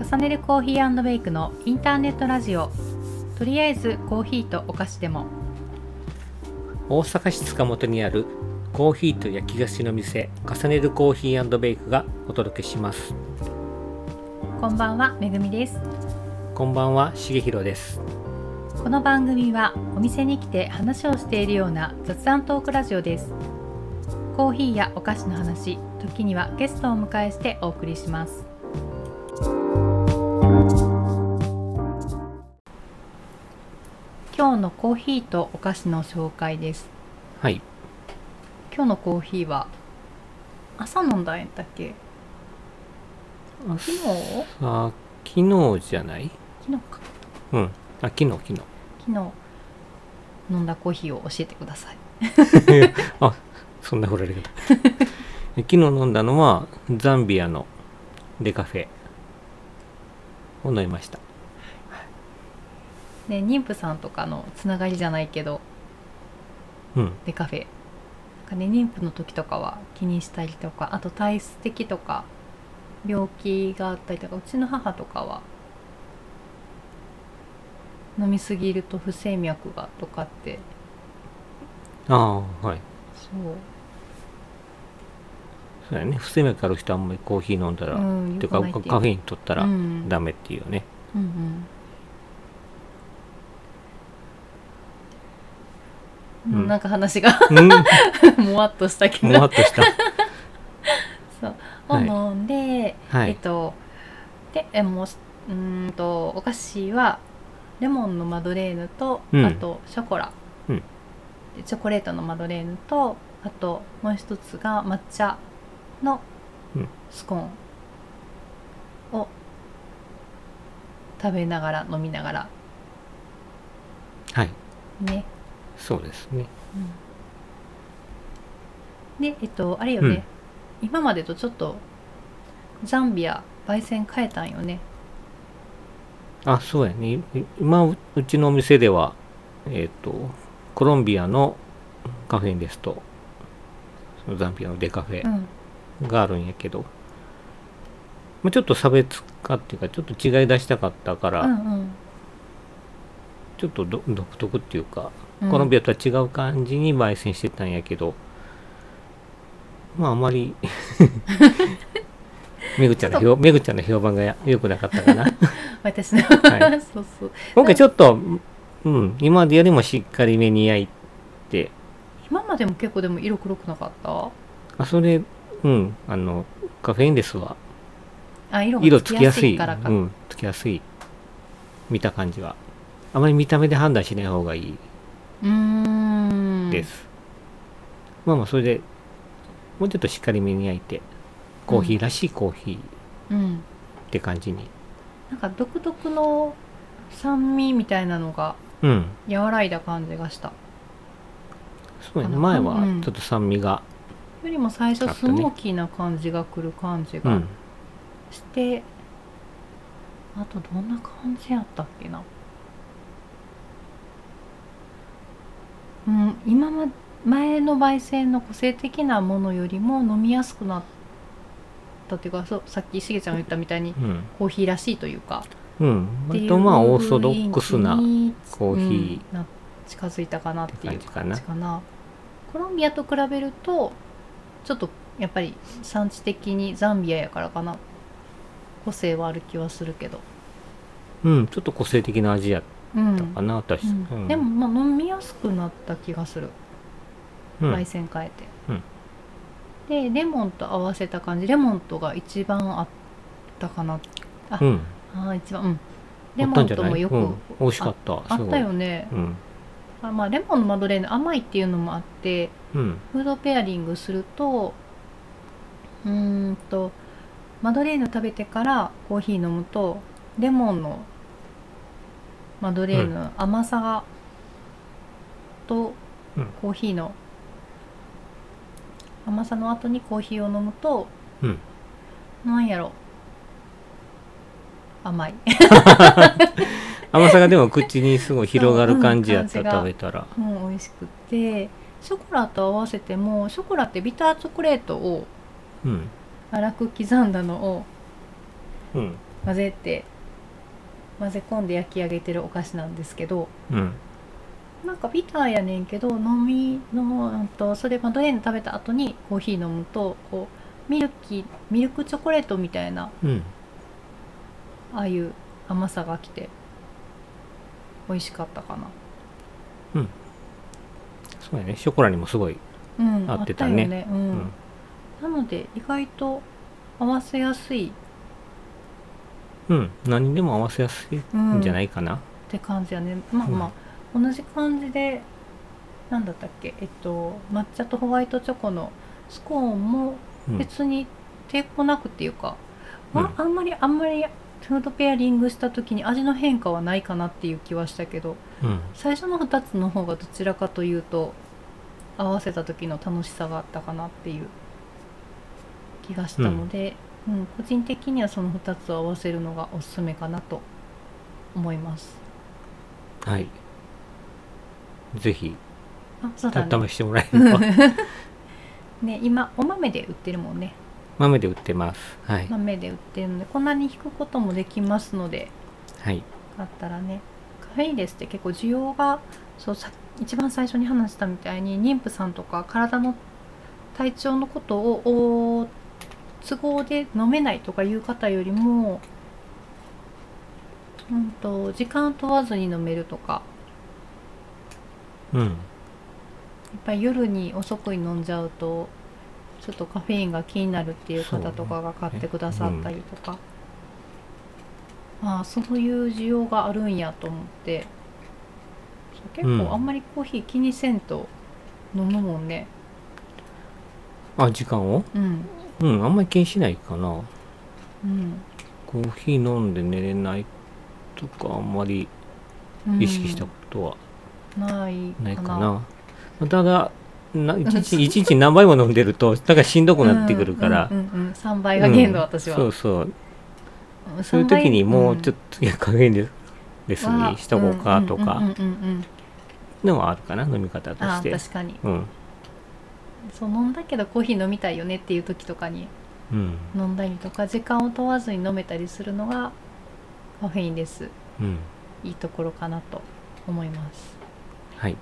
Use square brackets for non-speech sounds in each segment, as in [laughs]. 重ねるコーヒーベイクのインターネットラジオとりあえずコーヒーとお菓子でも大阪市塚本にあるコーヒーと焼き菓子の店重ねるコーヒーベイクがお届けしますこんばんはめぐみですこんばんはしげひろですこの番組はお店に来て話をしているような雑談トークラジオですコーヒーやお菓子の話時にはゲストをお迎えしてお送りします今日のコーヒーとお菓子の紹介ですはい今日のコーヒーは朝飲んだんやったっけ昨日あ昨日じゃない昨日かうんあ昨日昨日昨日飲んだコーヒーを教えてください [laughs] あそんな振られ方 [laughs] 昨日飲んだのはザンビアのデカフェを飲みましたね妊婦さんとかのつながりじゃないけどうんデカフェなんかね妊婦の時とかは気にしたりとかあと体質的とか病気があったりとかうちの母とかは飲みすぎると不整脈がとかってああはいそうそうだよね不整脈ある人はあんまりコーヒー飲んだら、うんて良くかカないフっていうェイン取ったらうんダメっていうね、うんうんうんうんなんか話がうん、も [laughs] もわっとしたけわどっとした。そうをはい飲んで、はえっい。とでえもうしうーんとお菓子はレモンのマドレーヌと、うんあとショコラ、うんでチョコレートのマドレーヌとあともう一つが抹茶のうんスコーンを食べながら飲みながらはい。ね、そうですね。うんでえっとあれよね、今までとちょっとザンビア焙煎変えたんよねあ、そうやね。い今、ううちのお店では、えっ、と、コロンビアのカフェインレスと、そのザンビアのデカフうェんがあるんやけど、まあちょっと差別化っていうか、ちょっと違い出したかったから、うんちょっとど独特っていうか、うんコロンビアアとは違う感じに焙煎してたんやけど、まああ [laughs] まり [laughs] めぐちゃんの評めぐちゃんの評判がや良くなかったかな私の、[laughs] はそうそう今回ちょっとうん今までよりもしっかりめに焼いて今までも結構でも色黒くなかったあそれうんあのカフェインレスはあ色が色つつききややすすいいからか、うんつきやすい見た感じはあまり見た目で判断しない方がいいうんです、まあまあそれでもうちょっとしっかりめに焼いてコーヒーらしいコーヒー、うんって感じになんか独特の酸味みたいなのがうん和らいだ感じがしたそうやあねの前うんはちょっと酸味がよりも最あ初っスたねモーキーな感じが来る感じうがんして、あとどんな感じやったっけなうん今ま前の焙煎の個性的なものよりも飲みやすくなったっていうかそうさっきしげちゃんが言ったみたいにうんコーヒーらしいというかうんってい割うとまあオーソドックスな雰囲気にコーヒうんな近づいたかなっていうって感感じじかかなコロンビアと比べるとちょっとやっぱり産地的にザンビアやからかな個性はある気はするけど、うんちょっと個性的な味やっうんたかな私うんうんでもまあ飲みやすくなった気がするうん焙煎変えて、うんでレモンと合わせた感じレモンとが一番あったかなうんあー一番うんレあっモたンんじゃとないもよくうん美味しかったあすっごたいよねうんあまあ、レモンのマドレーヌ甘いっていうのもあってうんフードペアリングするとうーんとマドレーヌ食べてからコーヒー飲むとレモンのマドレーヌの甘さが、とうんコーヒーの甘さの後にコーヒーを飲むと、うんなんやろ甘い、 [laughs] 甘さがでも口にすごい広がる感じやっそうたうん感じが食べたらうん、美味しくてショコラと合わせてもショコラってビターチョコレートをうん粗く刻んだのをうん混ぜて混ぜ込んで焼き上げてるお菓子なんですけどうん。なんかビターやねんけど飲みのうんとそれマドレーヌ食べた後にコーヒー飲むとこうミルキーミルクチョコレートみたいなうん。ああいう甘さがきて美味しかったかなそうやね。ショコラにもすごい。うん合ってたあねよねううんん。なので意外と合わせやすい、うん。何にでも合わせやすいうんんじゃないっいかな。て感じやねまあまあ、同じ感じでなんだったっけえっと抹茶とホワイトチョコのスコーンもうん。別に抵抗なくっていうか、うんわあんまりあんまりフードペアリングした時に味の変化はないかなっていう気はしたけどうん。最初の2つの方がどちらかというと合わせた時の楽しさがあったかなっていう気がしたので、うん個人的にはその2つを合わせるのがおすすめかなと思いますはい。ぜひ、あそうだたね試してもらえれば。ね今お豆で売ってるもんね豆で売ってます。はい。豆で売ってるのでこんなに引くこともできますのではい。あったらねカフェインレスって結構需要がそうさ一番最初に話したみたいに妊婦さんとか体の体調のことをお都合で飲めないとかいう方よりも、うん、と時間を問わずに飲めるとかうん。やっぱり夜に遅くに飲んじゃうとちょっとカフェインが気になるっていう方とかが買ってくださったりとか、まあそういう需要があるんやと思ってそううん結構あんまりコーヒー気にせんと飲むもんねあ、時間をうんうん。あんまり気にしないかな。うん、コーヒー飲んで寝れないとか、あんまりうん、意識したことはないかなないかな。ただ、 [laughs] な一日一日何杯も飲んでると、なんかしんどくなってくるからうん。うんうん3倍が限度、うん私はそうそう。そういう時にもうちょっと、いや、加減でですにしとこうかとか、うんうんうんうんうんのはあるかな、飲み方とあしーて。確かにうん。そう飲んだけどコーヒー飲みたいよねっていう時とかにうん。飲んだりとか時間を問わずに飲めたりするのがカフェインレスうん。いいところかなと思いますはい。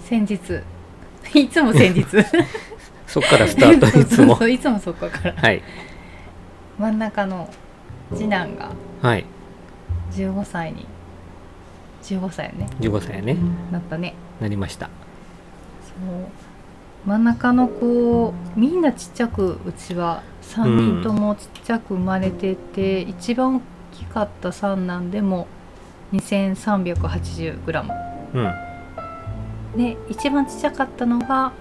先日 [laughs] いつも先日そっからスタ [laughs] ート、いつそうそうもそ。ういつもそこからはい。真ん中の次男がはい。 15歳に15歳やね15歳やね。なったねなりました。そう真ん中の子みんなちっちゃくうちは3人ともちっちゃく生まれてて、一番大きかった三男でも 2380g うん。で一番ちっちゃかったのが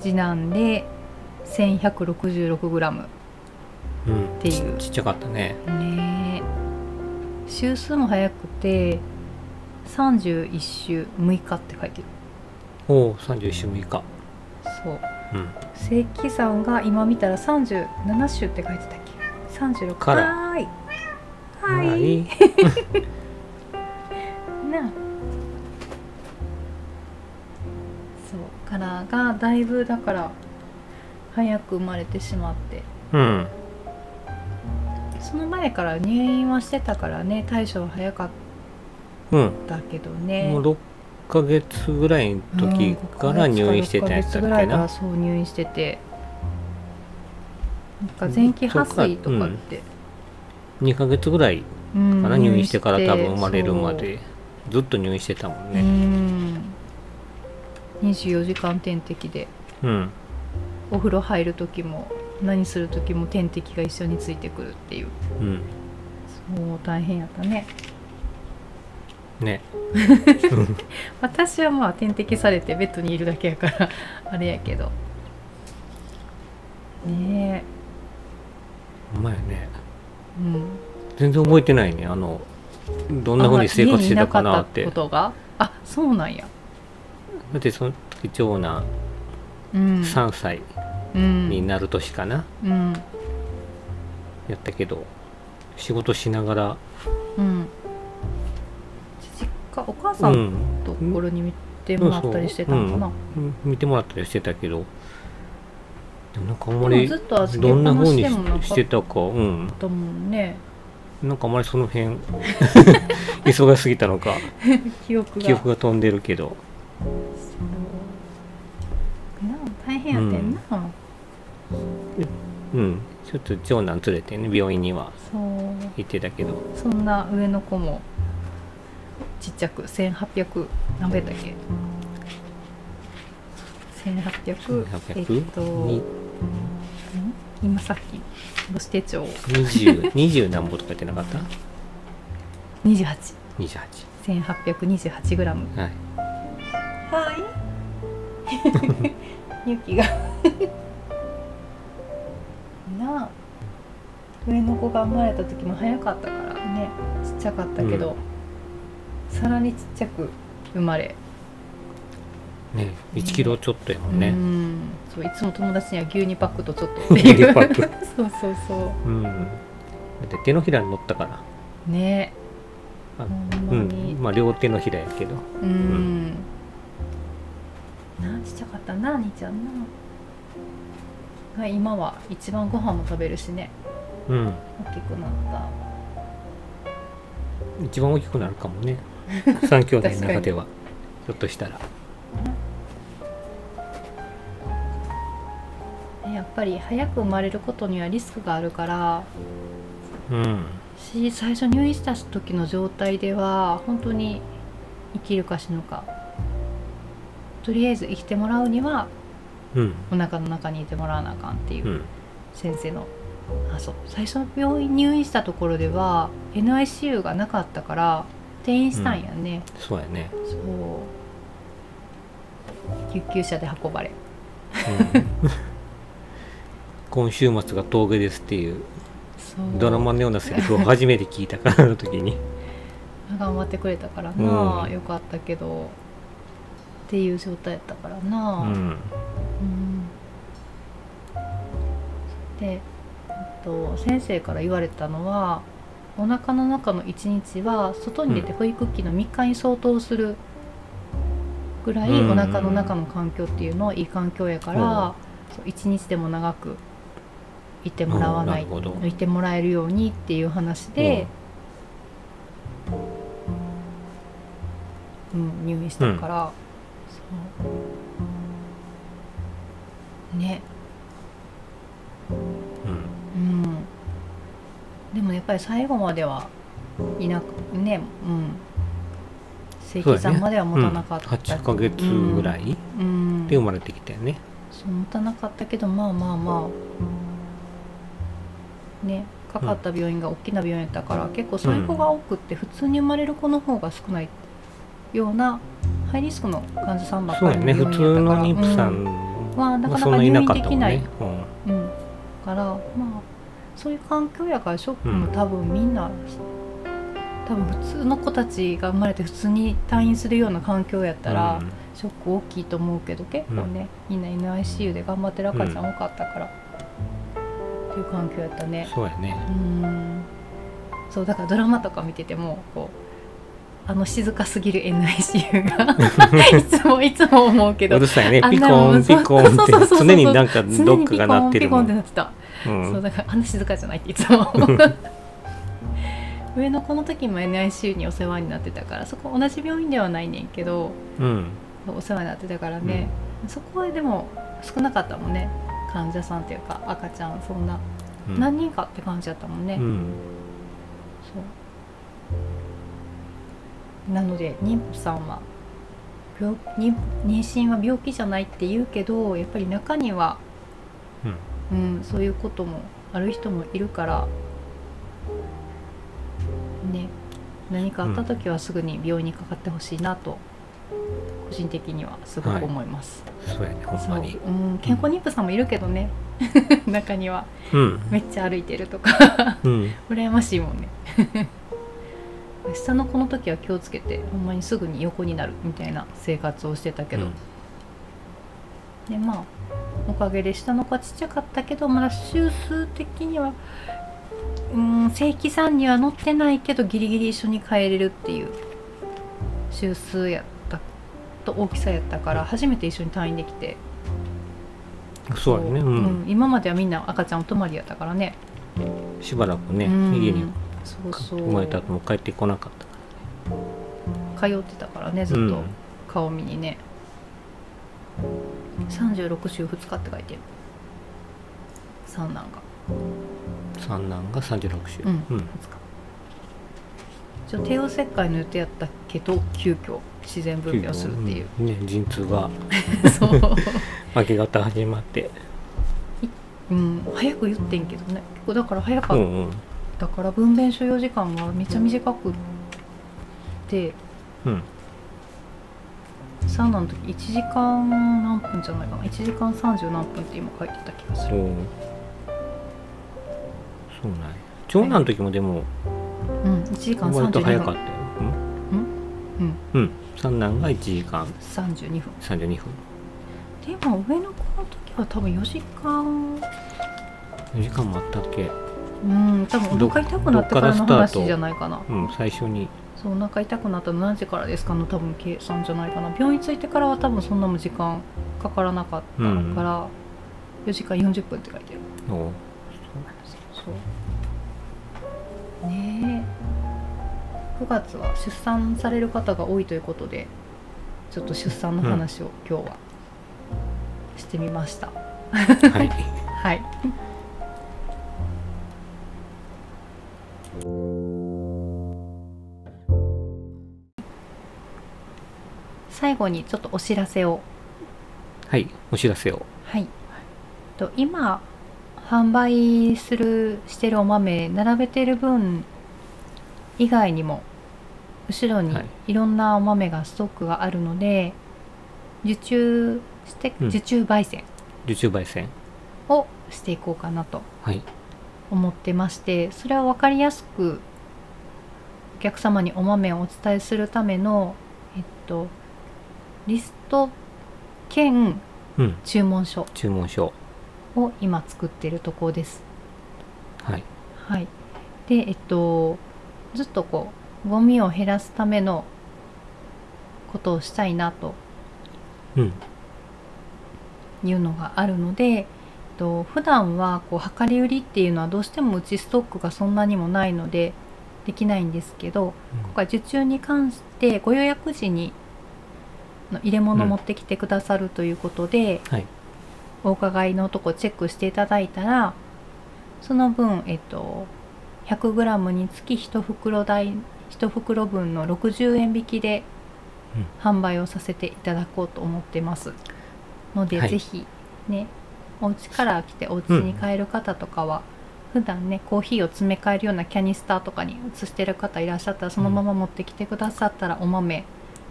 次男で 1166g うん。っていうちっちゃかったね。ねえ週数も早くて31週6日って書いてるおお、31週目以下。そううん。正規さんが今見たら37週って書いてたっけ36からはーいはーい。なあそうからがだいぶだから早く生まれてしまってうん。その前から入院はしてたからね対処は早かっうん。たけどねもう6ヶ月ぐらいの時から入院してたやつだうん五ヶ月か六ヶ月ぐっらけいからな。そう入院しててなんか前期破水とかって、 2ヶ月ぐらいうんかな、入院してから多分生まれるまそうで。ずっと入院してたもんうね。ん24時間点滴でうん。お風呂入る時も何する時も点滴が一緒についてくるっていううん。そう大変やったね [laughs] ね。私はまあ点滴されてベッドにいるだけやからあれやけどねほんまやね。えうん全然覚えてないね。あの、どんな風に生活してたかなっあて。家にいなかったことだがあそうなんやってその時長男うん3歳うんになる年かな。うんやったけど、仕事しながらうん実家お母うさんのん、ところに見てもらったりしてたのかな、うん見てもらったりしてたけどでもなんかあんまでもりずっと預けどっんぱなな風しにでもなかっししてたかうんたもんねなんかあまりその [laughs] 辺忙しすぎたのか記憶が記憶が飛んでるけどそうなあ大変やってんな、うんちょっと長男連れてね病院にはそう行ってたけどそんな上の子もちっちゃく1800何倍だっけ1800 1800えっとにん今さっき母子手帳20 20何本とか言ってなかった281828 28グラムはい [laughs] はい。ゆきが。なあ。上の子が生まれた時も早かったからね。ちっちゃかったけど。さらにちっちゃく生まれ。ね1キロちょっとやもんうねん。そういつも友達には牛乳パックとちょっとっていう。牛乳パック [laughs] そうそうそうんだって手のひらに乗ったからう。ね。あほんうまにん。まあ両手のひらやけどうん。うんなあちっちゃかったな兄ちゃんな。が今は一番ご飯も食べるしね。うん大きくなった。一番大きくなるかもね [laughs] 三兄弟の中ではひょっとしたらやっぱり早く生まれることにはリスクがあるからうんし最初入院した時の状態では本当に生きるか死ぬかとりあえず生きてもらうにはうんお腹の中にいてもらわなあかんっていううん先生の、あそう最初の病院入院したところでは NICU がなかったから転院したんやね、そうやね、そう救急車で運ばれうん [laughs] 今週末が峠ですっていうそうドラマのようなセリフを初めて聞いたからの時に頑張ってくれたからな、うんよかったけどっていう状態やったからな、ううんんでえっと先生から言われたのはお腹の中の1日は外に出て保育器の3日に相当するぐらいうんお腹の中の環境っていうのはいい環境やから、そう1日でも長くいてもらわない、うんなるほどいてもらえるようにっていう話で、うん、入院したから、そうねうんうんでもやっぱり最後まではいなくねうん正規さんまでは持たなかった、 8ヶ月ぐらいうん、で生まれてきたよねそう持たなかったけどまあまあまあねかかった病院が大きな病院やったから、結構在庫が多くって普通に生まれる子の方が少ないようなハイリスクの患者さんばっそうかやりのね病院や普ったから通の妊婦さうんんはなかなはそかんな入いな院かっでたきもんないね、うんうん、からまあそういう環境やからショックも多分みんな、多分普通の子たちが生まれて普通に退院するような環境やったら、うんショック大きいと思うけど結構ね、みんな NICU で頑張ってる赤ちゃん多かったから、っていう環境やったねそうやねうんそうだからドラマとか見ててもこうあの静かすぎる NICU が [laughs] いつもいつも思うけうどるさいねあんピなコーンそうピコーンってそうそうそうそう常になんか常どっにかピコが鳴ーっンてピるコーもンっんてなってた。うんそうだからあんな静かじゃないっていつも [laughs] 上の子の時も NICU にお世話になってたからそこ同じ病院ではないねんけどうんお世話になってたからね、そこはでも少なかったもんね患者さんっていうか赤ちゃんそんな、うん何人かって感じだったもんね、うんそうなので妊婦さんは病妊妊娠は病気じゃないって言うけどやっぱり中にはうんうん、そういうこともある人もいるからね何かあった時はすぐに病院にかかってほしいなと、個人的にはすごく思います、そうやねほんそまうにうん、健康妊婦さんもいるけどね [laughs] 中にはうんめっちゃ歩いてるとか [laughs] うん羨ましいもんね [laughs] 下の子の時は気をつけてほんまにすぐに横になるみたいな生活をしてたけど、うんでまあおかげで下の子はちっちゃかったけどまだ周数的にはうん正規算には載ってないけどギリギリ一緒に帰れるっていう周数やったと大きさやったから初めて一緒に退院できてそうやね、うんうん今まではみんな赤ちゃんお泊まりやったからねしばらくね、うん家にそうかそう生まれた後も帰ってこなかったか通ってたからねずっら、と顔見にね、36週2日って書いてる三男が三男が36週、うんう2ん日一応帝王切開の予定やったけど急遽自然分娩をするっていう、うんね、陣痛が [laughs] そう、明け方始まって、うん、早く言ってんけどね結構だから早かうっんうんたから分娩所要時間がめっちゃ短くてうん、三男の時1時間何分じゃないかな1時間30何分って今書いてた気がすそるうそうなんや長男の時もでもうん1時間割と早32かっ分たよ、うんうん、三男が1時間32分32分でも上の子の時は多分4時間4時間もあったっけ、うん多分お腹痛くなってからのどっからスター話トじゃないかなうん、最初にそうお腹痛くなったの何時からですかの多分計算じゃないかな病院着いてからは多分そんなも時間かからなかったから、4時間40分って書いてるのそうねえ9月は出産される方が多いということでちょっと出産の話を今日はしてみました、 [laughs] はいはい [laughs] 最後にちょっとお知らせをはいお知らせをはい、と今販売するしてるお豆並べてる分以外にも後ろにはいいろんなお豆がストックがあるので、受注してうん受注焙煎受注焙煎をしていこうかなとはい思ってましてそれを分かりやすくお客様にお豆をお伝えするための、えっと、リスト兼うん注文書注文書を今作ってるところです。はいはい、でえっとずっとこうゴミを減らすためのことをしたいなとうんいうのがあるので、えっと普段はこう量り売りっていうのはどうしてもうちストックがそんなにもないのでできないんですけど今回受注に関してご予約時にの入れ物を持ってきてくださるということで、はいお伺いのとこチェックしていただいたらその分、えっと、100g につき1袋代1袋分の60円引きでうん販売をさせていただこうと思ってますので、はいぜひねお家から来てお家に帰る方とかは、普段ねコーヒーを詰め替えるようなキャニスターとかに移してる方いらっしゃったらそのまま持ってきてくださったらお豆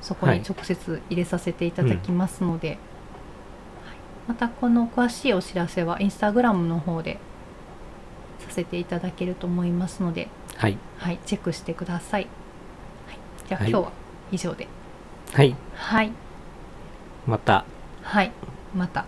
そこに直接入れさせていただきますので、またこの詳しいお知らせはインスタグラムの方でさせていただけると思いますので、はいはい、チェックしてください、はい、じゃあは今い日は以上ではいはいまたはいまた